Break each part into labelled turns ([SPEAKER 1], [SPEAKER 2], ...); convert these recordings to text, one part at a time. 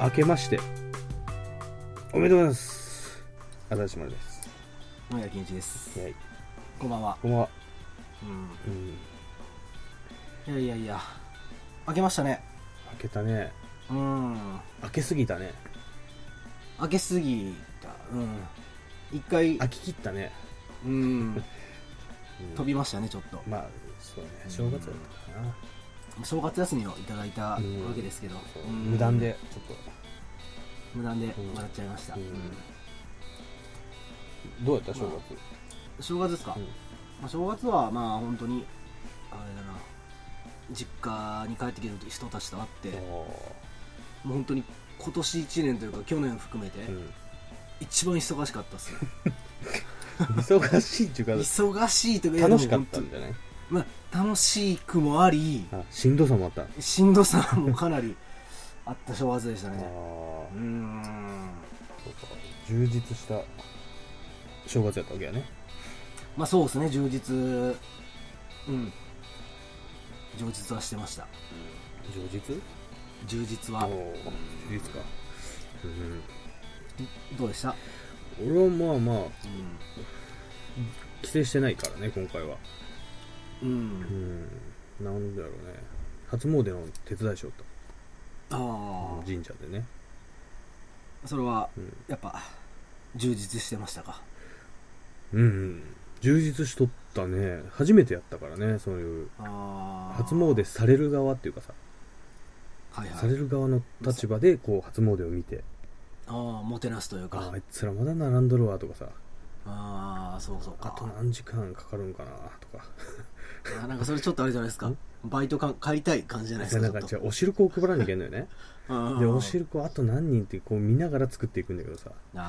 [SPEAKER 1] 明けましておめでとうございます足立丸です
[SPEAKER 2] 野谷健一です
[SPEAKER 1] はい
[SPEAKER 2] こんばんは、
[SPEAKER 1] こんばんは、
[SPEAKER 2] う
[SPEAKER 1] うん、明
[SPEAKER 2] ん、いやいやいや開けましたね
[SPEAKER 1] けたね
[SPEAKER 2] うん
[SPEAKER 1] 明けすぎたね
[SPEAKER 2] 開けすぎたうん一回
[SPEAKER 1] 明き切ったね、
[SPEAKER 2] うん
[SPEAKER 1] うん
[SPEAKER 2] 飛びましたねちょっと
[SPEAKER 1] まあそうね正月だったかな、
[SPEAKER 2] 正月休みをいただいたわ
[SPEAKER 1] うん
[SPEAKER 2] けですけど、
[SPEAKER 1] そう
[SPEAKER 2] うん
[SPEAKER 1] 無断でちょっと
[SPEAKER 2] 無断で
[SPEAKER 1] うん
[SPEAKER 2] 笑っちゃいました、
[SPEAKER 1] うん
[SPEAKER 2] うん
[SPEAKER 1] どうやった正月、
[SPEAKER 2] ま正月ですか、
[SPEAKER 1] うん
[SPEAKER 2] まあ、正月はまあ本当にあれだな実家に帰ってきてる人たちと会って、もう本当に今年1年というか去年含めて、
[SPEAKER 1] うん
[SPEAKER 2] 一番忙しかったっすよ
[SPEAKER 1] 忙しいっていうか
[SPEAKER 2] 忙しいという
[SPEAKER 1] 楽しかった
[SPEAKER 2] いやでも本
[SPEAKER 1] んじゃない
[SPEAKER 2] 当にまあ、楽しくもあり
[SPEAKER 1] あしんどさもあった
[SPEAKER 2] しんどさもかなりあった正月でした
[SPEAKER 1] あ
[SPEAKER 2] ね
[SPEAKER 1] ー
[SPEAKER 2] うーん
[SPEAKER 1] そうか充実した正月やったわけやね
[SPEAKER 2] まあそうですね充実うん充実はしてました
[SPEAKER 1] 充実
[SPEAKER 2] 充実
[SPEAKER 1] あ
[SPEAKER 2] は
[SPEAKER 1] 充実か
[SPEAKER 2] どうでした、
[SPEAKER 1] うん俺はまあまあ
[SPEAKER 2] うん
[SPEAKER 1] 帰省してないからね今回は
[SPEAKER 2] う、
[SPEAKER 1] うんんなんだろうね初詣の手伝いしよった
[SPEAKER 2] ああ
[SPEAKER 1] 神社でね
[SPEAKER 2] それは
[SPEAKER 1] うん
[SPEAKER 2] やっぱ充実してましたか
[SPEAKER 1] うん、うん、充実しとったね初めてやったからねそういう
[SPEAKER 2] ああ
[SPEAKER 1] 初詣される側っていうかさ
[SPEAKER 2] はいは
[SPEAKER 1] され
[SPEAKER 2] い
[SPEAKER 1] る側の立場でこう初詣を見て
[SPEAKER 2] ああもてなすという
[SPEAKER 1] あ
[SPEAKER 2] か
[SPEAKER 1] あいつらまだ並んどるわとかさ
[SPEAKER 2] ああそうそう
[SPEAKER 1] あ
[SPEAKER 2] か
[SPEAKER 1] と何時間かかるんかなとか
[SPEAKER 2] あなんかそれちょっとあれじゃないですか
[SPEAKER 1] ん
[SPEAKER 2] バイトか帰りたい感じじゃないです
[SPEAKER 1] な
[SPEAKER 2] か
[SPEAKER 1] ん
[SPEAKER 2] ち
[SPEAKER 1] か違
[SPEAKER 2] ょっと
[SPEAKER 1] うお汁粉を配らなきゃいけんのよね
[SPEAKER 2] うん
[SPEAKER 1] でお汁粉あと何人ってこう見ながら作っていくんだけどさま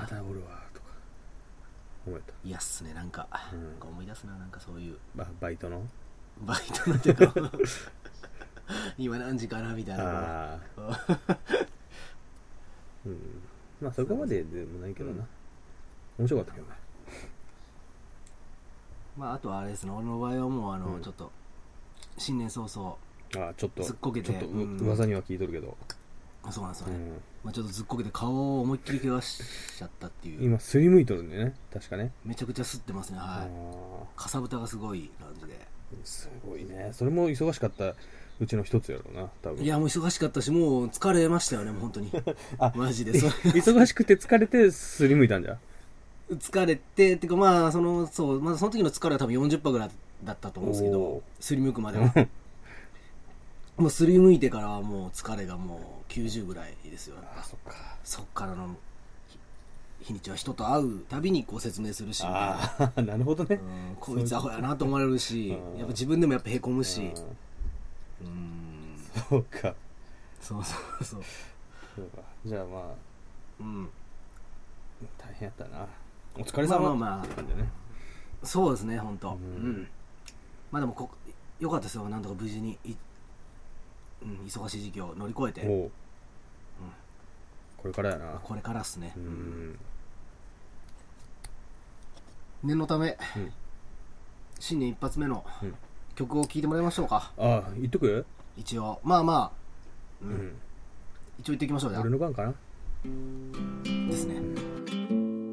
[SPEAKER 2] ああ
[SPEAKER 1] だおるわとか思えた、
[SPEAKER 2] いやっすねなんか,、
[SPEAKER 1] うん
[SPEAKER 2] なんか思い出すななんかそういう
[SPEAKER 1] まあ、バイトの
[SPEAKER 2] バイトのていうか 今何時かなみたいな
[SPEAKER 1] ああ
[SPEAKER 2] うん
[SPEAKER 1] ーうんまあそこまででもないけどな、面白かったけどね
[SPEAKER 2] まああとはあれですね俺の場合はもうあの、
[SPEAKER 1] うん
[SPEAKER 2] ちょっと新年早々
[SPEAKER 1] ああちょっと
[SPEAKER 2] ずっこけて
[SPEAKER 1] ちょっとう、
[SPEAKER 2] うん
[SPEAKER 1] 噂には聞いとるけど、
[SPEAKER 2] そうなんですよ
[SPEAKER 1] う
[SPEAKER 2] ね、
[SPEAKER 1] ん、
[SPEAKER 2] まあ、ちょっとずっこけて顔を思いっきり怪我しちゃったっていう
[SPEAKER 1] 今すりむいとるんだよね確かね、
[SPEAKER 2] めちゃくちゃすってますね
[SPEAKER 1] あ
[SPEAKER 2] はいかさぶたがすごい感じで
[SPEAKER 1] あすごいねそれも忙しかったうちの一つやろうな多分
[SPEAKER 2] いやもう忙しかったしもう疲れましたよねもう本当に
[SPEAKER 1] あ
[SPEAKER 2] マジでそれ
[SPEAKER 1] 忙しくて疲れてすりむいたんじゃ
[SPEAKER 2] 疲れててかまあそのそう、まあ、その時の疲れは多分40%ぐらいだったと思うんですけ
[SPEAKER 1] お
[SPEAKER 2] ど
[SPEAKER 1] ー
[SPEAKER 2] すりむくまではもうすりむいてからはもう疲れがもう90ぐらいですよ
[SPEAKER 1] ああそっか
[SPEAKER 2] そっからの日日にちは人と会うたびにこう説明するしみたいな
[SPEAKER 1] ああなるほどね
[SPEAKER 2] うんこいつアホやなと思われるし
[SPEAKER 1] うん
[SPEAKER 2] やっぱ自分でもやっぱへこむし
[SPEAKER 1] うん
[SPEAKER 2] うん
[SPEAKER 1] そうか
[SPEAKER 2] そうそうそう
[SPEAKER 1] そうかじゃあまあ
[SPEAKER 2] うん
[SPEAKER 1] 大変やったなお疲れ様
[SPEAKER 2] まあまあまあ
[SPEAKER 1] って感じだね
[SPEAKER 2] そうですね本当う
[SPEAKER 1] うん
[SPEAKER 2] んまあでもこよかったですよなんとか無事にいうん忙しい時期を乗り越えて
[SPEAKER 1] おうこれからやな
[SPEAKER 2] これからっすね、
[SPEAKER 1] うん
[SPEAKER 2] 念のため、
[SPEAKER 1] うん
[SPEAKER 2] 新年一発目の
[SPEAKER 1] うん
[SPEAKER 2] 曲を聴いてもらいましょうか
[SPEAKER 1] ああ言っとく
[SPEAKER 2] 一応まあまあ、う
[SPEAKER 1] うんん
[SPEAKER 2] 一応言っていきましょうじゃあ
[SPEAKER 1] 俺の番かな
[SPEAKER 2] ですね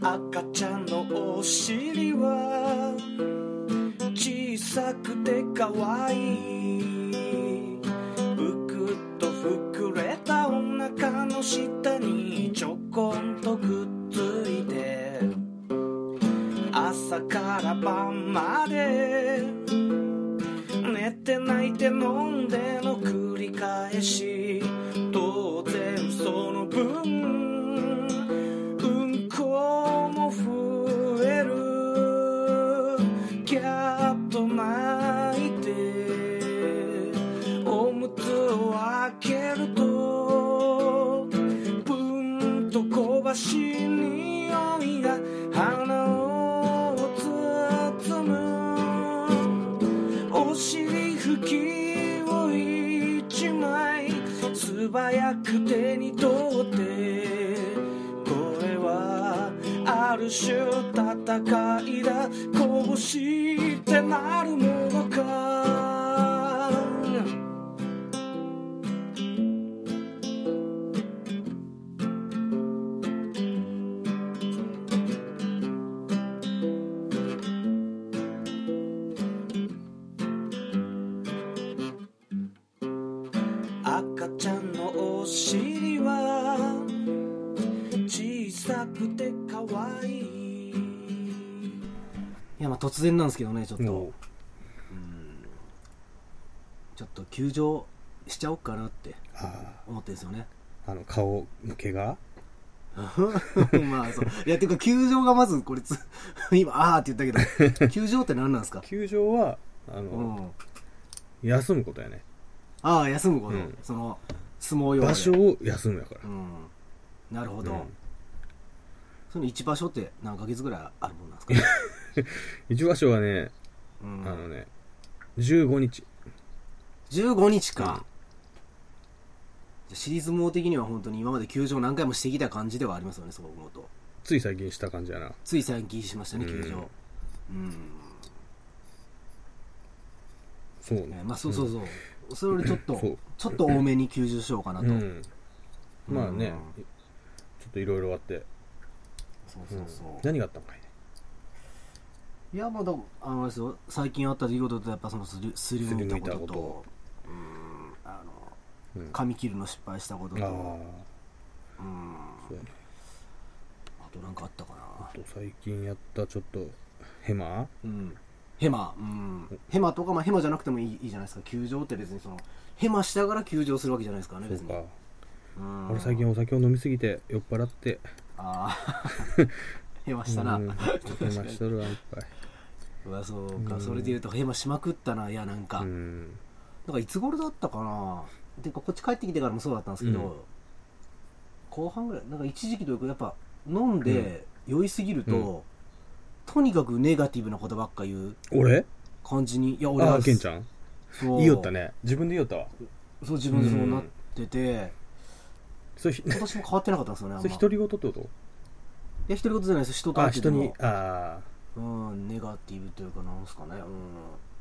[SPEAKER 3] 赤ちゃんのお尻は小さくて可愛いぷくっと膨れたお腹の下にちょこんとくっついて朝から晩まで寝て泣いて飲んでの繰り返し当然その分うんこも増えるキャッと泣いておむつを開けるとプンと香ばしい匂いが鼻を包むお尻拭きを一枚素早く手に取ってこれはある種戦いだこうしてなるものか赤ちゃんのお尻は小さくて可愛い
[SPEAKER 2] いやまあ突然なんですけどねちょっと、
[SPEAKER 1] も
[SPEAKER 2] ちょっと休場しちゃおうかなって
[SPEAKER 1] うあ
[SPEAKER 2] 思ってるんですよね
[SPEAKER 1] ーあの顔の毛が
[SPEAKER 2] まあそういやてか休場がまずこれつ 今あーって言っ たけど休場って何なんですか、
[SPEAKER 1] 球場はあ
[SPEAKER 2] う
[SPEAKER 1] の、
[SPEAKER 2] ん、
[SPEAKER 1] 休むことやね
[SPEAKER 2] ああ休むこと、
[SPEAKER 1] うん
[SPEAKER 2] その相撲用で
[SPEAKER 1] 場所を休むやから
[SPEAKER 2] うんなるほど、
[SPEAKER 1] うん
[SPEAKER 2] その一場所って何ヶ月ぐらいあるもんなん ですか、
[SPEAKER 1] 一場所はねあ
[SPEAKER 2] うん、
[SPEAKER 1] のね15日
[SPEAKER 2] 15日か、
[SPEAKER 1] うん
[SPEAKER 2] じゃあシリーズ網的には本当に今まで球場何回もしてきた感じではありますよねそう思うと
[SPEAKER 1] つい最近した感じやな
[SPEAKER 2] つい最近しましたね
[SPEAKER 1] うん
[SPEAKER 2] 球場うん、
[SPEAKER 1] そうね
[SPEAKER 2] ねまあそうそうそう、それよりちょっ
[SPEAKER 1] そ
[SPEAKER 2] と
[SPEAKER 1] う
[SPEAKER 2] ちょっと多めに球場しようかなと、
[SPEAKER 1] うんまあねち
[SPEAKER 2] う
[SPEAKER 1] ょっといろいろあって
[SPEAKER 2] そうそうそう、
[SPEAKER 1] 何があったんかいね
[SPEAKER 2] いやまあでもあのあれですよ最近あった出来事とやっぱそのすりすりむいた
[SPEAKER 1] すり
[SPEAKER 2] こと
[SPEAKER 1] むいたことと
[SPEAKER 2] うんあの
[SPEAKER 1] うんあ
[SPEAKER 2] 髪切るの失敗したこと
[SPEAKER 1] あ
[SPEAKER 2] とうん
[SPEAKER 1] そうやね
[SPEAKER 2] あとなんかあったか
[SPEAKER 1] あ
[SPEAKER 2] な
[SPEAKER 1] と最近やったちょっとヘマ
[SPEAKER 2] うんヘマうんヘマとかまあヘマじゃなくてもいいいいじゃないですか球場って別にそのヘマしたから球場するわけじゃないですからね
[SPEAKER 1] そう
[SPEAKER 2] 別に
[SPEAKER 1] か
[SPEAKER 2] うん
[SPEAKER 1] 俺最近お酒を飲みすぎて酔っ払って
[SPEAKER 2] ああ ヘマしたな
[SPEAKER 1] うんヘマしとるわいっぱいう
[SPEAKER 2] わそうか
[SPEAKER 1] うん
[SPEAKER 2] それで言うとヘマしまくったないやなんか、
[SPEAKER 1] うん
[SPEAKER 2] なんかいつ頃だったかなてかこっち帰ってきてからもそうだったんですけど、
[SPEAKER 1] うん
[SPEAKER 2] 後半ぐらいなんか一時期というかやっぱ飲んで酔いすぎると、とにかくネガティブなことばっか言う
[SPEAKER 1] 俺
[SPEAKER 2] 感じにいや俺
[SPEAKER 1] あ
[SPEAKER 2] は
[SPEAKER 1] あケンちゃん
[SPEAKER 2] そう
[SPEAKER 1] 言いよったね自分で言いよったわ
[SPEAKER 2] そう自分でそうなってて、
[SPEAKER 1] それひ
[SPEAKER 2] 今年も変わってなかったんですよねあん
[SPEAKER 1] そ
[SPEAKER 2] ま
[SPEAKER 1] れ独り言ってこと
[SPEAKER 2] いや独り言じゃないです人と
[SPEAKER 1] あ
[SPEAKER 2] 会ってて
[SPEAKER 1] 人
[SPEAKER 2] も
[SPEAKER 1] にああ
[SPEAKER 2] うんネガティブというかなんすかねう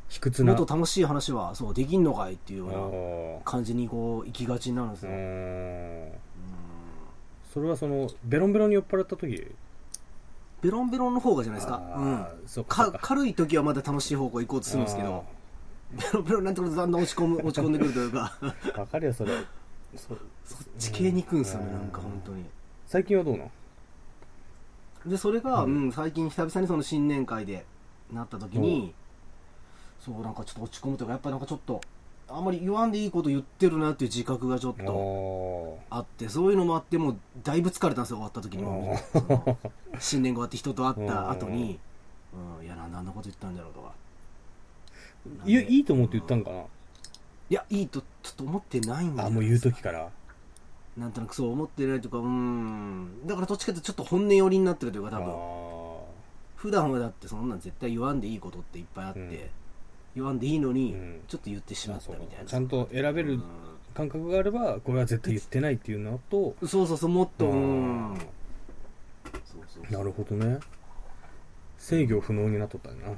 [SPEAKER 1] 卑屈
[SPEAKER 2] んも
[SPEAKER 1] な
[SPEAKER 2] っと楽しい話はそうできんのかいっていう
[SPEAKER 1] あ
[SPEAKER 2] ような
[SPEAKER 1] ー
[SPEAKER 2] 感じにこう行きがちになるんです
[SPEAKER 1] う
[SPEAKER 2] よ、
[SPEAKER 1] ーん
[SPEAKER 2] うん
[SPEAKER 1] それはそのベロンベロンに酔っ払った時
[SPEAKER 2] ベロンベロンの方がじゃない
[SPEAKER 1] で
[SPEAKER 2] ですか。うん。
[SPEAKER 1] そう
[SPEAKER 2] か軽い時はまだ楽しい方向行こうとするんですけど、ベロンベロンになってくるとだんだん落ち込む、落ち込んでくるというか、
[SPEAKER 1] 分かるよそれそう
[SPEAKER 2] そっち系に行くんですよね、
[SPEAKER 1] うん
[SPEAKER 2] なんか本当に。
[SPEAKER 1] 最近はどうなん
[SPEAKER 2] で、それが、
[SPEAKER 1] う
[SPEAKER 2] うんん、最近久々にその新年会でなった時に、そう、なんかちょっと落ち込むというか、やっぱなんかちょっと、あんまり言わんでいいこと言ってるなっていう自覚がちょっ
[SPEAKER 1] あ
[SPEAKER 2] とあって、そういうのもあって、もうだいぶ疲れたんですよ、終わった時にも。その新年後あって人と会った後に、うん、いや、なんであんなこと言ったんだろうとか。
[SPEAKER 1] いやいいと思って言ったんかない
[SPEAKER 2] や、いいと、ちょっと思ってないんだ
[SPEAKER 1] あもう言う時から
[SPEAKER 2] なんとなくそう思ってないとか、うーん。だからどっちかっていうとちょっと本音寄りになってるというか、
[SPEAKER 1] あ
[SPEAKER 2] 多分。普段はだってそんなん絶対言わんでいいことっていっぱいあって、
[SPEAKER 1] うん
[SPEAKER 2] 言わんでいいのに、
[SPEAKER 1] うん
[SPEAKER 2] ちょっと言ってしま
[SPEAKER 1] あ
[SPEAKER 2] った
[SPEAKER 1] そ
[SPEAKER 2] み
[SPEAKER 1] う
[SPEAKER 2] たいな。
[SPEAKER 1] ちゃんと選べる感覚があればこれは絶対言ってないっていうのと
[SPEAKER 2] うんそうそうそう、もっと、うん。
[SPEAKER 1] あー
[SPEAKER 2] そうそう
[SPEAKER 1] なるほどね制御不能になっとったんやな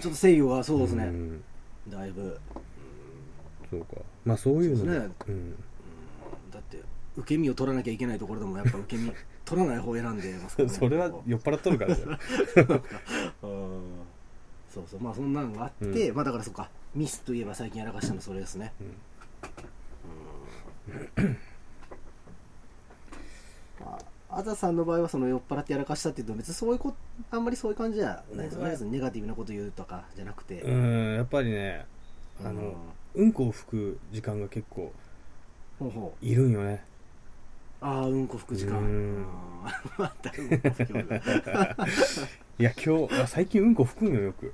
[SPEAKER 2] ちょっと制御はそうですね、
[SPEAKER 1] ん
[SPEAKER 2] だいぶ。
[SPEAKER 1] そうかまあそういうの
[SPEAKER 2] そうですね
[SPEAKER 1] うん
[SPEAKER 2] だって、受け身を取らなきゃいけないところでも、やっぱ受け身取らない方を選んでますからね。
[SPEAKER 1] それは
[SPEAKER 2] こう
[SPEAKER 1] 酔っ払っとるからだよ
[SPEAKER 2] うんそうそう、まあそんなのがあって、まあだからそっか、ミスといえば最近やらかしたのそれですね。
[SPEAKER 1] うん
[SPEAKER 2] まあ、あざさんの場合はその酔っ払ってやらかしたっていうと別にそういうこあんまりそういう感じじゃないですよね別にネガティブなこと言うとかじゃなくて、
[SPEAKER 1] うんやっぱりねあの
[SPEAKER 2] うん
[SPEAKER 1] うんこを拭く時間が結構
[SPEAKER 2] ほうほう
[SPEAKER 1] いるんよね
[SPEAKER 2] ああうんこ拭く時間
[SPEAKER 1] うん
[SPEAKER 2] うん またうんこ拭きよる
[SPEAKER 1] いや今日あ最近うんこ拭くんよよく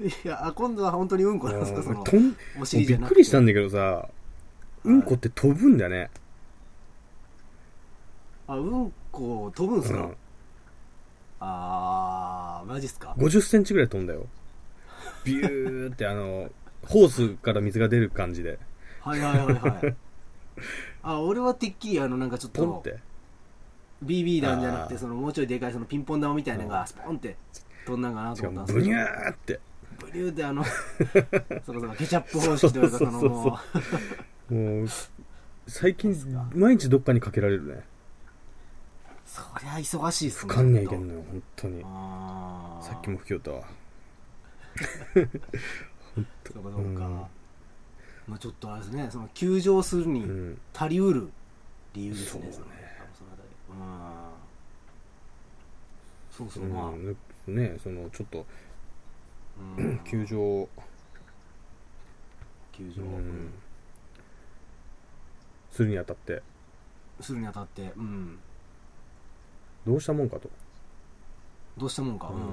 [SPEAKER 2] いやあ今度は本当にうんこなんですか
[SPEAKER 1] うん
[SPEAKER 2] その
[SPEAKER 1] とん
[SPEAKER 2] お
[SPEAKER 1] もう
[SPEAKER 2] 尻
[SPEAKER 1] び
[SPEAKER 2] じ
[SPEAKER 1] っ
[SPEAKER 2] ゃな
[SPEAKER 1] く
[SPEAKER 2] くて
[SPEAKER 1] りしたんだけどさうんこって飛ぶんだね
[SPEAKER 2] あうんこ飛ぶんですか、
[SPEAKER 1] うん
[SPEAKER 2] ああマジっすか
[SPEAKER 1] 5 0ンチぐらい飛んだよビューってあのホースから水が出る感じで
[SPEAKER 2] はいはいはいはいあ俺はてっきりあのなんかちょっ
[SPEAKER 1] ポンっ
[SPEAKER 2] と
[SPEAKER 1] て
[SPEAKER 2] BB 弾じゃなく
[SPEAKER 1] あ
[SPEAKER 2] て
[SPEAKER 1] ー
[SPEAKER 2] そのもうちょいでかいそのピンポン玉みたいなの
[SPEAKER 1] う
[SPEAKER 2] が
[SPEAKER 1] ん
[SPEAKER 2] スポンって飛んだんかな
[SPEAKER 1] し
[SPEAKER 2] と
[SPEAKER 1] か
[SPEAKER 2] 思
[SPEAKER 1] も
[SPEAKER 2] ったん
[SPEAKER 1] ブ
[SPEAKER 2] です
[SPEAKER 1] ニ
[SPEAKER 2] け
[SPEAKER 1] ャーって
[SPEAKER 2] どブリューって あのそろそろケチャップ方式というかその
[SPEAKER 1] そうそうそうそう
[SPEAKER 2] も
[SPEAKER 1] もう最近
[SPEAKER 2] そうですか
[SPEAKER 1] 毎日どっかにかけられるね
[SPEAKER 2] うそりゃ忙しいっす
[SPEAKER 1] 不
[SPEAKER 2] ね
[SPEAKER 1] かんねえけんのよ本当に
[SPEAKER 2] あー
[SPEAKER 1] さっきも吹きよったわ
[SPEAKER 2] そうかそうか、
[SPEAKER 1] うん
[SPEAKER 2] まあちょっとあれですねその休場する
[SPEAKER 1] う
[SPEAKER 2] に
[SPEAKER 1] ん
[SPEAKER 2] 足りうる理由ですね、
[SPEAKER 1] そ
[SPEAKER 2] そうの
[SPEAKER 1] ね
[SPEAKER 2] 多分そのあたりうんそうそううまあ、うん
[SPEAKER 1] んねそのちょっと球場
[SPEAKER 2] 休
[SPEAKER 1] う
[SPEAKER 2] 場、
[SPEAKER 1] んするにあたって
[SPEAKER 2] するにあたってうん
[SPEAKER 1] どうしたもんかと
[SPEAKER 2] どうしたもんか、
[SPEAKER 1] う
[SPEAKER 2] うんん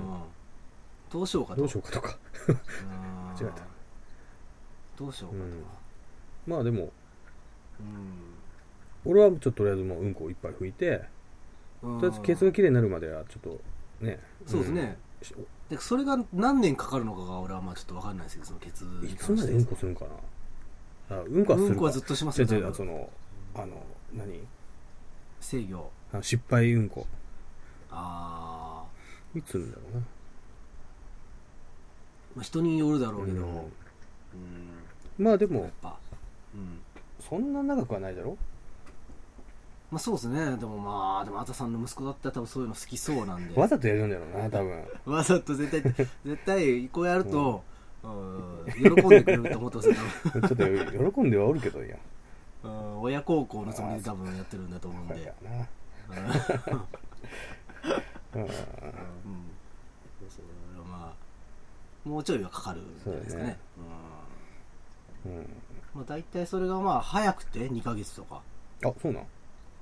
[SPEAKER 2] どうしようかと
[SPEAKER 1] どうしようかとか
[SPEAKER 2] うん
[SPEAKER 1] 間違えた
[SPEAKER 2] どうしようかと
[SPEAKER 1] うんまあでも
[SPEAKER 2] うん
[SPEAKER 1] 俺はちょっととりあえずもううんこをいっぱい拭いて
[SPEAKER 2] うん
[SPEAKER 1] とりあえずケツがきれいになるまではちょっとね
[SPEAKER 2] そうですね、
[SPEAKER 1] んし
[SPEAKER 2] でそれが何年かかるのかが俺はまあちょっと分かんないですけどそのケツ
[SPEAKER 1] お
[SPEAKER 2] に
[SPEAKER 1] いつ
[SPEAKER 2] 関
[SPEAKER 1] ま
[SPEAKER 2] し
[SPEAKER 1] で
[SPEAKER 2] て
[SPEAKER 1] うんこするんかなあうんこはす
[SPEAKER 2] う
[SPEAKER 1] る
[SPEAKER 2] んこはず
[SPEAKER 1] か
[SPEAKER 2] っとします
[SPEAKER 1] 違う
[SPEAKER 2] よ
[SPEAKER 1] 違う
[SPEAKER 2] 多分
[SPEAKER 1] そのあの何
[SPEAKER 2] 制御
[SPEAKER 1] あ失敗うんこ
[SPEAKER 2] ああ
[SPEAKER 1] いつするんだろうな
[SPEAKER 2] まあ人によるだろうけど、
[SPEAKER 1] う
[SPEAKER 2] うん
[SPEAKER 1] んまあで
[SPEAKER 2] や
[SPEAKER 1] も
[SPEAKER 2] っぱ、うん、
[SPEAKER 1] そんな長くはないだろ
[SPEAKER 2] まあそうですねでもまあでもあたさんの息子だったら多分そういうの好きそうなんで
[SPEAKER 1] わざとやるんだろうな多分
[SPEAKER 2] わざと絶対 絶対こうやると、うん喜んでくれると思ってますよ多
[SPEAKER 1] ちょっと喜んではおるけど いや
[SPEAKER 2] 分、うん、親孝行のつもりで多分やってるんだと思うん
[SPEAKER 1] これ
[SPEAKER 2] で
[SPEAKER 1] や、な
[SPEAKER 2] う ん
[SPEAKER 1] うん
[SPEAKER 2] うんそうそうまあもうちょいはかかるんじゃないですかね
[SPEAKER 1] そうだね
[SPEAKER 2] うん
[SPEAKER 1] うん
[SPEAKER 2] まあ、大体それがまあ早くて2ヶ月とか
[SPEAKER 1] あそうなん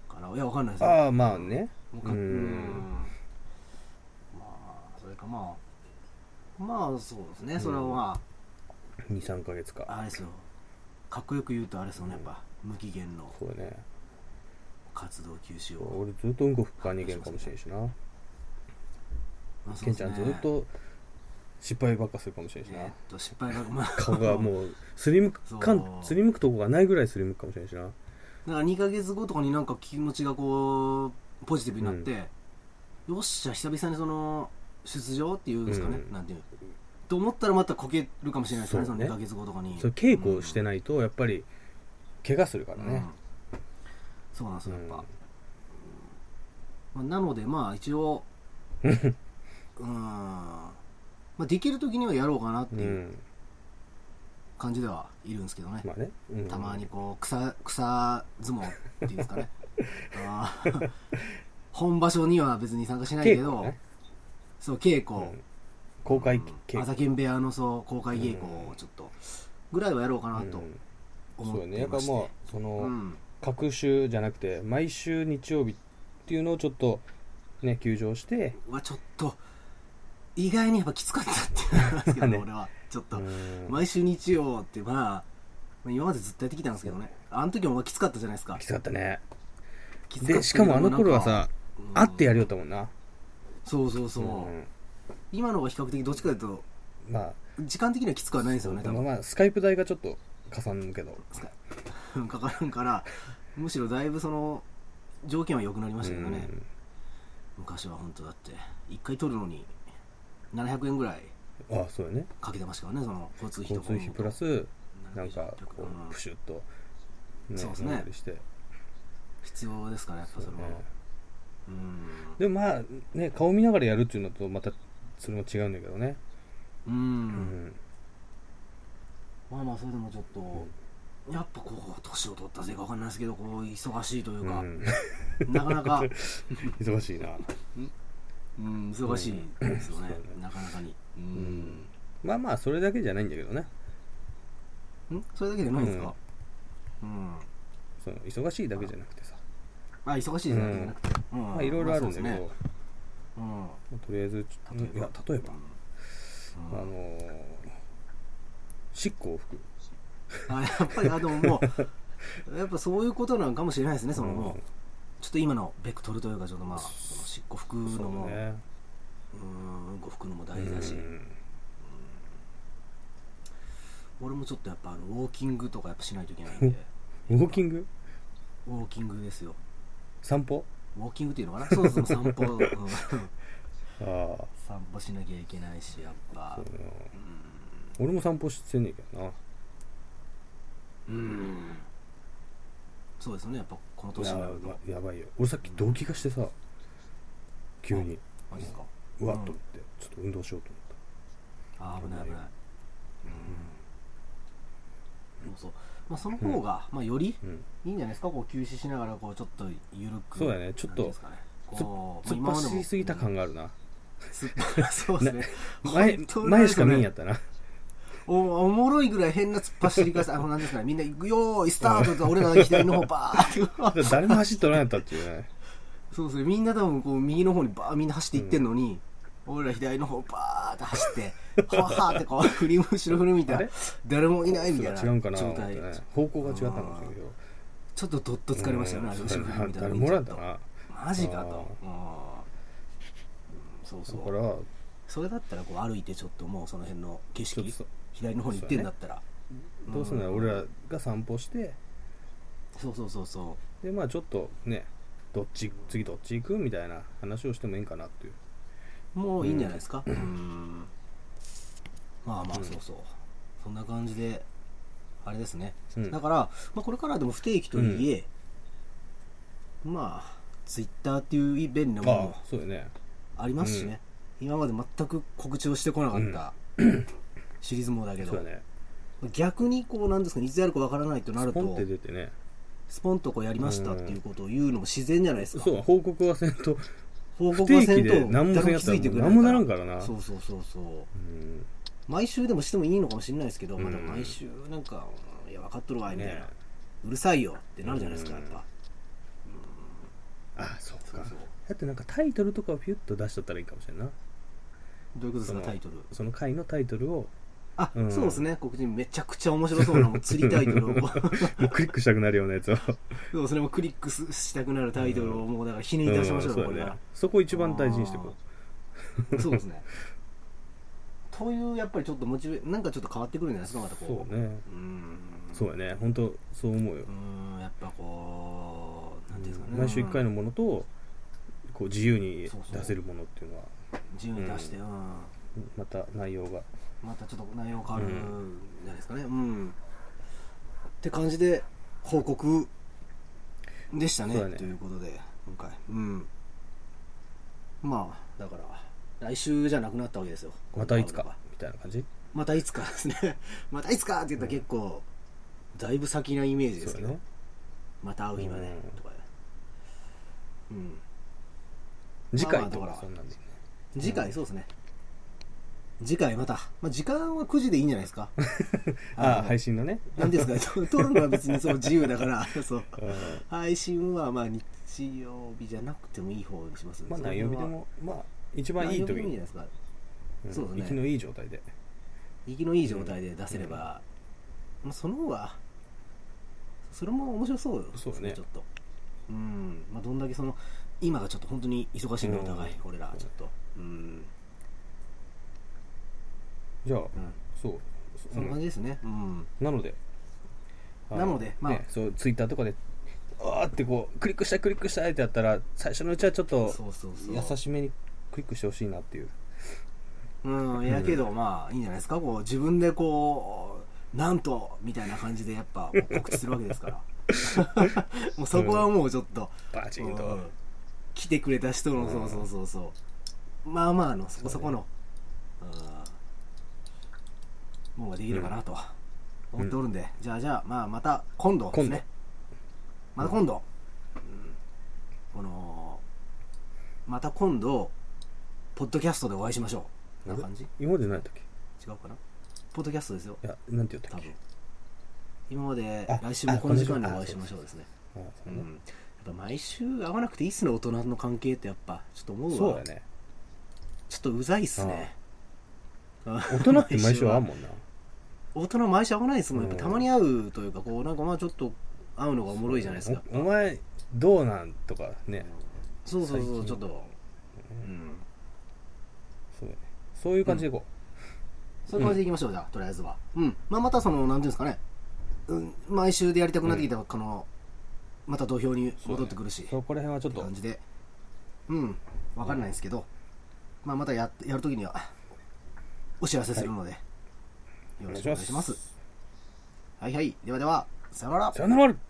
[SPEAKER 2] かないやわかんないですよ
[SPEAKER 1] ああまあね
[SPEAKER 2] もうか
[SPEAKER 1] う
[SPEAKER 2] うんんまあそれかまあまあそうですねそれはま
[SPEAKER 1] 23ヶ月
[SPEAKER 2] あ、
[SPEAKER 1] か
[SPEAKER 2] あれですよかっこよく言うとあれですよねやっぱ無期限の
[SPEAKER 1] そうだね
[SPEAKER 2] 活動休止を、
[SPEAKER 1] 俺ずっとうんこ吹っかんにいけんかもしれんしな
[SPEAKER 2] まあそう
[SPEAKER 1] ケ
[SPEAKER 2] で
[SPEAKER 1] ンち
[SPEAKER 2] す
[SPEAKER 1] ゃ
[SPEAKER 2] ね
[SPEAKER 1] んずっと失敗ばっかするかもしれんし
[SPEAKER 2] えー
[SPEAKER 1] な
[SPEAKER 2] っと失敗が まあ
[SPEAKER 1] 顔がもうすりむく
[SPEAKER 2] そう
[SPEAKER 1] かんすりむくとこがないぐらいすりむくかもしれんしな
[SPEAKER 2] だから2ヶ月後とかになんか気持ちがこうポジティブになって、よっしゃ久々にその出場っていうんですかね、
[SPEAKER 1] うん
[SPEAKER 2] なんていうと思ったらまたこけるかもしれないですね
[SPEAKER 1] そ
[SPEAKER 2] そうの
[SPEAKER 1] ね
[SPEAKER 2] 2ヶ月後とかに
[SPEAKER 1] それ稽古をしてないとやっぱり怪我するから
[SPEAKER 2] うんう
[SPEAKER 1] ね
[SPEAKER 2] んそうなんです
[SPEAKER 1] う
[SPEAKER 2] よやっ
[SPEAKER 1] ん
[SPEAKER 2] ぱ、まあ、なのでまあ一 応うーん、まあ、できる時にはやろうかなって
[SPEAKER 1] う
[SPEAKER 2] いうん感じではいるんですけどね、
[SPEAKER 1] まあねうん
[SPEAKER 2] たまにこう草草相撲っていうんです かねあー 本場所には別に参加しないけ
[SPEAKER 1] 稽
[SPEAKER 2] ど、
[SPEAKER 1] 古ね
[SPEAKER 2] そう稽古、
[SPEAKER 1] うん公開
[SPEAKER 2] うん
[SPEAKER 1] 稽
[SPEAKER 2] あざ
[SPEAKER 1] 古
[SPEAKER 2] けん部屋のそう公開稽古をちょっとぐらいはやろうかなと
[SPEAKER 1] うん
[SPEAKER 2] 思
[SPEAKER 1] そう
[SPEAKER 2] っ
[SPEAKER 1] だね
[SPEAKER 2] て
[SPEAKER 1] や
[SPEAKER 2] い
[SPEAKER 1] っぱ
[SPEAKER 2] まして、
[SPEAKER 1] もうそ
[SPEAKER 2] うん
[SPEAKER 1] の隔週じゃなくて毎週日曜日っていうのをちょっとね休場して
[SPEAKER 2] うわちょっと意外にやっぱきつかったっていうのがあるんですけど、
[SPEAKER 1] ね
[SPEAKER 2] 俺はちょっと、
[SPEAKER 1] うん
[SPEAKER 2] 毎週日曜ってまあ今までずっとやってきたんですけどねあの時もきつかったじゃないですか
[SPEAKER 1] きつかったね
[SPEAKER 2] きつった
[SPEAKER 1] でしかもあの頃はさ
[SPEAKER 2] うん
[SPEAKER 1] 会ってやりよったもんな
[SPEAKER 2] そうそうそう、
[SPEAKER 1] うん
[SPEAKER 2] 今のが比較的どっちかというと
[SPEAKER 1] まあ
[SPEAKER 2] 時間的にはきつくはないんですよね多
[SPEAKER 1] まあ
[SPEAKER 2] 分
[SPEAKER 1] まあスカイプ代がちょっとかさんけど
[SPEAKER 2] かからんからむしろだいぶその条件は良くなりましたけどね、
[SPEAKER 1] うん
[SPEAKER 2] 昔は本当だって1回取るのに700円ぐらい
[SPEAKER 1] ああそうだね
[SPEAKER 2] かけてましたからねその交通費
[SPEAKER 1] 交
[SPEAKER 2] とか
[SPEAKER 1] 通費プラスなんか
[SPEAKER 2] う
[SPEAKER 1] こ
[SPEAKER 2] ん
[SPEAKER 1] うプシュッとね
[SPEAKER 2] そうですね
[SPEAKER 1] 飲んだりして
[SPEAKER 2] 必要ですからやっぱそれは
[SPEAKER 1] そうね
[SPEAKER 2] うん
[SPEAKER 1] でもまあね顔見ながらやるっていうのとまたそれも違うんだけどね
[SPEAKER 2] うん、
[SPEAKER 1] うん
[SPEAKER 2] まあまあそれでもちょっと、やっぱこう年を取ったせいかわかんないですけどこう忙しいという
[SPEAKER 1] う
[SPEAKER 2] か、
[SPEAKER 1] ん
[SPEAKER 2] なかなか、
[SPEAKER 1] 忙しいな
[SPEAKER 2] うん、忙しいです
[SPEAKER 1] そ
[SPEAKER 2] よね
[SPEAKER 1] うだね
[SPEAKER 2] なかなかにう
[SPEAKER 1] うん
[SPEAKER 2] ん、
[SPEAKER 1] まあまあそれだけじゃないんだけどね
[SPEAKER 2] んそれだけじゃないんですかうん、
[SPEAKER 1] その忙しいだけじゃなくてさ
[SPEAKER 2] あ忙しいですね、じゃなくて、うん
[SPEAKER 1] まあいろいろあるんだけど、
[SPEAKER 2] まあそうですねうん
[SPEAKER 1] とりあえずちょっといや例えば、あ
[SPEAKER 2] うん
[SPEAKER 1] のー、執行を吹く
[SPEAKER 2] あやっぱりあでももう やっぱそういうことなのかもしれないですねその、もう
[SPEAKER 1] うん
[SPEAKER 2] ちょっと今のベクトルというかちょっとまあその漆黒服
[SPEAKER 1] そ
[SPEAKER 2] のも
[SPEAKER 1] うね
[SPEAKER 2] うんうんこ吹くのも大
[SPEAKER 1] う
[SPEAKER 2] 事だし、
[SPEAKER 1] ん
[SPEAKER 2] 俺もちょっとやっぱあのウォーキン グとかやっぱしないといけないんで
[SPEAKER 1] ウォーキング
[SPEAKER 2] ウォーキングですよ
[SPEAKER 1] 散歩
[SPEAKER 2] ウォーキングっていうのかなそうそう散歩、うん
[SPEAKER 1] ああ
[SPEAKER 2] 散歩しなきゃいけないしやっぱ
[SPEAKER 1] そうだな俺も散歩してんねんけどな
[SPEAKER 2] うんそうですよねやっぱこの年にな
[SPEAKER 1] や
[SPEAKER 2] ると
[SPEAKER 1] ばやばいよ俺さっき動悸がしてさ急に
[SPEAKER 2] マジですか
[SPEAKER 1] うわっ
[SPEAKER 2] うん
[SPEAKER 1] と思ってちょっと運動しようと思った
[SPEAKER 2] あー危ない危ないうんそうそうまあその
[SPEAKER 1] う
[SPEAKER 2] 方
[SPEAKER 1] ん
[SPEAKER 2] が、まあより
[SPEAKER 1] うん
[SPEAKER 2] いいんじゃないですかこう休止しながらこうちょっと緩く
[SPEAKER 1] そうだねちょっと
[SPEAKER 2] なんていんですかね
[SPEAKER 1] つ
[SPEAKER 2] こう
[SPEAKER 1] 突っ
[SPEAKER 2] まあ今までも
[SPEAKER 1] 走りすぎた感があるな
[SPEAKER 2] 突っ走 そうですね
[SPEAKER 1] 前
[SPEAKER 2] 本当に
[SPEAKER 1] 前しか見んやったな
[SPEAKER 2] おおもろいぐらい変な突っ走り方あのなんですかねみんな行くよーいスタートって俺らが左の方バーって
[SPEAKER 1] 誰も走っとらんやったっていうね
[SPEAKER 2] そうですねみんな多分こう右の方にバーみんな走っていってんのに、俺ら左の方バーって走ってははーってこう 振り後ろ振るみた
[SPEAKER 1] あ
[SPEAKER 2] いな
[SPEAKER 1] れ
[SPEAKER 2] 誰もいないみたいな
[SPEAKER 1] 違うんかなと
[SPEAKER 2] 状
[SPEAKER 1] 思って
[SPEAKER 2] 態
[SPEAKER 1] ね方向が違ったのかもしれんけど
[SPEAKER 2] ちょっとどっと疲れましたよね、あれ
[SPEAKER 1] うん
[SPEAKER 2] 後
[SPEAKER 1] そう
[SPEAKER 2] ろ
[SPEAKER 1] だ
[SPEAKER 2] 振る
[SPEAKER 1] な
[SPEAKER 2] みたいな
[SPEAKER 1] 誰もおらんだなだ
[SPEAKER 2] マジかと
[SPEAKER 1] あー
[SPEAKER 2] うんそうそ
[SPEAKER 1] か
[SPEAKER 2] う
[SPEAKER 1] ら
[SPEAKER 2] それだったらこう歩いてちょっともうその辺の景
[SPEAKER 1] ちょっと
[SPEAKER 2] 色
[SPEAKER 1] そ
[SPEAKER 2] 左の方に行ってんだったら、
[SPEAKER 1] どうすんだろう
[SPEAKER 2] うん
[SPEAKER 1] 俺らが散歩して
[SPEAKER 2] そうそうそうそう
[SPEAKER 1] でまあちょっとねどっち次どっち行くみたいな話をしてもいいんかなっていう
[SPEAKER 2] もういいんじゃないですかうんまあまあ
[SPEAKER 1] うん
[SPEAKER 2] そうそう、そんな感じであれですね、
[SPEAKER 1] うん
[SPEAKER 2] だから、まあ、これからでも不定期とはいえ、まあツイッターっていう便利なもの
[SPEAKER 1] あ
[SPEAKER 2] も
[SPEAKER 1] あそうよね
[SPEAKER 2] ありますしね、今まで全く告知をしてこなかった、 シリーズもだけ
[SPEAKER 1] そう
[SPEAKER 2] ど
[SPEAKER 1] だね
[SPEAKER 2] 逆にこうなんですかねいつやるかわからないとな
[SPEAKER 1] ス
[SPEAKER 2] る
[SPEAKER 1] ポンっ
[SPEAKER 2] と
[SPEAKER 1] て出てね
[SPEAKER 2] スポンとこうやりましたっていうことを言うのも自然じゃないですか
[SPEAKER 1] そう報告はせんと
[SPEAKER 2] 報
[SPEAKER 1] 不
[SPEAKER 2] 告は
[SPEAKER 1] 定
[SPEAKER 2] せ
[SPEAKER 1] 期
[SPEAKER 2] んと
[SPEAKER 1] で何もせんやったらもう何もならんからな
[SPEAKER 2] そうそうそうそう
[SPEAKER 1] うん
[SPEAKER 2] 毎週でもしてもいいのかもしれないですけど、まあ、でも
[SPEAKER 1] うん
[SPEAKER 2] 毎週なんか、いや、分かっとるわい、みたいな、
[SPEAKER 1] ね
[SPEAKER 2] うるさいよってなるじゃないですか、
[SPEAKER 1] う
[SPEAKER 2] や
[SPEAKER 1] ん
[SPEAKER 2] っぱ。
[SPEAKER 1] あそう
[SPEAKER 2] そ
[SPEAKER 1] か
[SPEAKER 2] うそう。
[SPEAKER 1] だってなんかタイトルとかをピュッと出しとったらいいかもしれんな
[SPEAKER 2] どういうことです
[SPEAKER 1] そ
[SPEAKER 2] か、
[SPEAKER 1] の
[SPEAKER 2] タイトル。
[SPEAKER 1] その回のタイトルを
[SPEAKER 2] あ、
[SPEAKER 1] うん
[SPEAKER 2] そうですね、告知めちゃくちゃ面白そうな、もう釣りタイトルを、
[SPEAKER 1] もうクリックしたくなるようなや つを
[SPEAKER 2] そうそれもクリックすしたくなるタイトルを、もうだから、ひねり出しましょう、
[SPEAKER 1] ん
[SPEAKER 2] こ
[SPEAKER 1] そ
[SPEAKER 2] れ
[SPEAKER 1] だ
[SPEAKER 2] は
[SPEAKER 1] ね。そこ一番大事にしてこ
[SPEAKER 2] そうですね。という、やっぱりちょっとモチベ、なんかちょっと変わってくるんじゃないですか、また
[SPEAKER 1] う
[SPEAKER 2] こ。
[SPEAKER 1] そううね
[SPEAKER 2] うん。
[SPEAKER 1] そうやね本当そう思うよ
[SPEAKER 2] う。ん、やっぱこう、なんていうんですかね。
[SPEAKER 1] 毎週1回のものとこう自由に
[SPEAKER 2] そうそう
[SPEAKER 1] 出せるものっていうのは
[SPEAKER 2] 自由に出して、うん
[SPEAKER 1] また内容が
[SPEAKER 2] またちょっと内容変わる
[SPEAKER 1] うん
[SPEAKER 2] んじゃないですかねうん、って感じで報告でしたね
[SPEAKER 1] そうだね
[SPEAKER 2] ということで今回うんまあだから来週じゃなくなったわけですよ
[SPEAKER 1] またいつ
[SPEAKER 2] 今回
[SPEAKER 1] か
[SPEAKER 2] は
[SPEAKER 1] みたいな感じ
[SPEAKER 2] またいつかですね またいつかって言ったら結構、だいぶ先なイメージです
[SPEAKER 1] そう
[SPEAKER 2] け
[SPEAKER 1] だ
[SPEAKER 2] ど、
[SPEAKER 1] ね
[SPEAKER 2] また会う日まで
[SPEAKER 1] うん
[SPEAKER 2] とかうん
[SPEAKER 1] 次回と
[SPEAKER 2] まあまあだ
[SPEAKER 1] かそ
[SPEAKER 2] から
[SPEAKER 1] んなんでいいね
[SPEAKER 2] 次回そうですね次回また、まあ、時間は9時でいいんじゃないですか
[SPEAKER 1] ああ
[SPEAKER 2] の
[SPEAKER 1] 配信のね
[SPEAKER 2] なんていうんですかね、撮撮るのは別にそう自由だから、そう。
[SPEAKER 1] うん
[SPEAKER 2] 配信はまあ日曜日じゃなくてもいい方にします。
[SPEAKER 1] まあ
[SPEAKER 2] その
[SPEAKER 1] 何
[SPEAKER 2] 辺
[SPEAKER 1] 曜
[SPEAKER 2] は
[SPEAKER 1] 日でもまあ一番いい
[SPEAKER 2] 何曜日
[SPEAKER 1] 時
[SPEAKER 2] でもいいん
[SPEAKER 1] に
[SPEAKER 2] じゃないですか。
[SPEAKER 1] うん
[SPEAKER 2] そうだね
[SPEAKER 1] 生きのいい状態で
[SPEAKER 2] 息のいい状態で出せれば、まあその方が、それも面白そうよ。
[SPEAKER 1] そうだね
[SPEAKER 2] ちょっと。うん。まあどんだけその、今がちょっと本当に忙しいのお
[SPEAKER 1] うん
[SPEAKER 2] 互い、俺ら、ちょっと。うん。
[SPEAKER 1] じゃあ
[SPEAKER 2] うん
[SPEAKER 1] そう
[SPEAKER 2] そんな感じですね。うん。
[SPEAKER 1] なので、
[SPEAKER 2] なのでまあ
[SPEAKER 1] ね、そうツイッターとかで、あーってこう、クリックしたい、クリックしたいってやったら、最初のうちはちょっと
[SPEAKER 2] そうそうそう。
[SPEAKER 1] 優しめにクリックしてほしいなっていう、
[SPEAKER 2] うん、やけど、まあ、いいんじゃないですか、こう、自分でこう、なんと、みたいな感じで、やっぱ、こう告知するわけですから。 もうそこはもうちょっと、
[SPEAKER 1] バチ
[SPEAKER 2] う
[SPEAKER 1] ンと、
[SPEAKER 2] ん来てくれた人の、そうそうそうそう。まあまあの、そこそこの、うん、もうができるかなと、思っておるんで、じゃあじゃあ、まあまた、今度ですね。また今度、うんこの、また今度、ポッドキャストでお会いしましょう。
[SPEAKER 1] あ
[SPEAKER 2] な
[SPEAKER 1] れ
[SPEAKER 2] 感じ
[SPEAKER 1] 今までない時い
[SPEAKER 2] 違うかなポッドキャストですよ
[SPEAKER 1] や、なんて言った
[SPEAKER 2] 多
[SPEAKER 1] っけ
[SPEAKER 2] 分今まで
[SPEAKER 1] あ
[SPEAKER 2] 来週もこの時間にお会いしましょうですね
[SPEAKER 1] あ
[SPEAKER 2] う
[SPEAKER 1] そ,、
[SPEAKER 2] んやっぱ毎週会わなくていいっすね大人の関係ってやっぱちょっと思うわ
[SPEAKER 1] そうだね。
[SPEAKER 2] ちょっとうざいっすね
[SPEAKER 1] 大人って毎週あんもんな。
[SPEAKER 2] 大人毎週会わないですもんやっ
[SPEAKER 1] う
[SPEAKER 2] ぱ
[SPEAKER 1] ん
[SPEAKER 2] たまに会うというかこうなんかまあちょっと会うのがおもろいじゃないですか
[SPEAKER 1] おお前、どうなんとかね、
[SPEAKER 2] そうそうそ
[SPEAKER 1] 最近
[SPEAKER 2] うちょっとうん
[SPEAKER 1] そうだねそういう感じでいこ
[SPEAKER 2] そういう感じでいきましょうじゃあとりあえずはうんまあまたそのなんていうんですかねうん毎週でやりたくなってきたこのまた土俵に戻ってくるし、
[SPEAKER 1] そこら辺はちょっと
[SPEAKER 2] 感じでうん分かんないんですけど、まあ、またややるときにはお知らせするので、よろしくお願いしますはいはいではではさよなら
[SPEAKER 1] さよなら